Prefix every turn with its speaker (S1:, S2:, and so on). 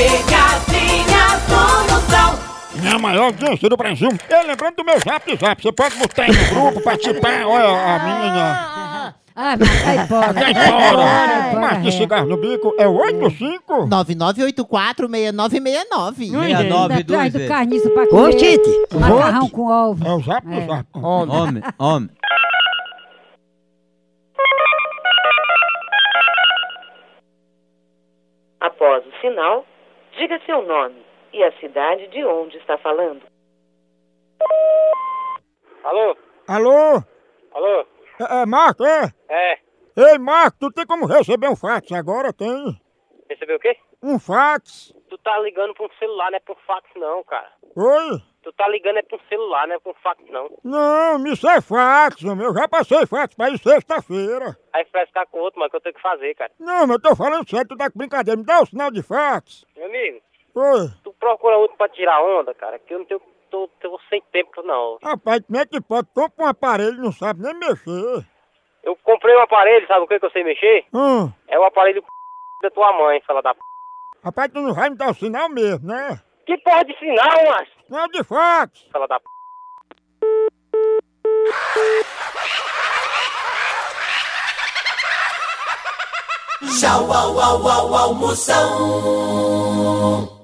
S1: Pegadinha do Moção.
S2: É a maior audiência do Brasil. Eu lembrando do meu zap zap, você pode botar aí no grupo, participar. Olha a menina.
S3: Ah, ah, ah, mas sai fora.
S2: Quem
S3: Bora,
S2: Tá fora?
S3: bora,
S2: Mas de
S3: é.
S2: cigarro no bico é 85?
S4: 9984-6969.
S5: Meia nove,
S3: Ainda atrás
S5: duas
S3: do
S5: vezes.
S3: carniço pra
S6: Ô,
S3: comer.
S6: Tite.
S3: Macarrão com ovo.
S2: É o zap do
S3: É.
S2: zap.
S4: Homem, homem.
S7: Após o sinal, diga seu nome e a cidade de onde está falando.
S8: Alô?
S2: Alô?
S8: Alô?
S2: É, é Marco, é?
S8: É,
S2: Ei, Marco, tu tem como receber um fax agora? Tem.
S8: recebeu o quê?
S2: Um fax?
S8: Tu tá ligando pra um celular, não é pra um fax não, cara.
S2: Oi?
S8: Tu tá ligando é pra um celular, não é pra um fax não.
S2: Não, isso é fax, homem. Eu já passei fax pra ir sexta-feira.
S8: Aí vai ficar com outro, mano, que eu tenho que fazer, cara.
S2: Não, mas eu tô falando sério, tu tá com brincadeira. Me dá o sinal de fax.
S8: Meu amigo,
S2: Oi.
S8: tu procura outro pra tirar onda, cara, que eu não tenho... Tô, tô sem tempo não.
S2: Rapaz, como é que pode? Compra um aparelho e não sabe nem mexer.
S8: Eu comprei um aparelho, sabe o que que eu sei mexer?
S2: Hum.
S8: É o aparelho da tua mãe, fala da p...
S2: Rapaz, tu não vai me dar o sinal mesmo, né?
S8: Que porra de sinal, macho?
S2: Sinal de fax.
S8: Fala da p...
S1: Tchau, au, au, au, au, Moção.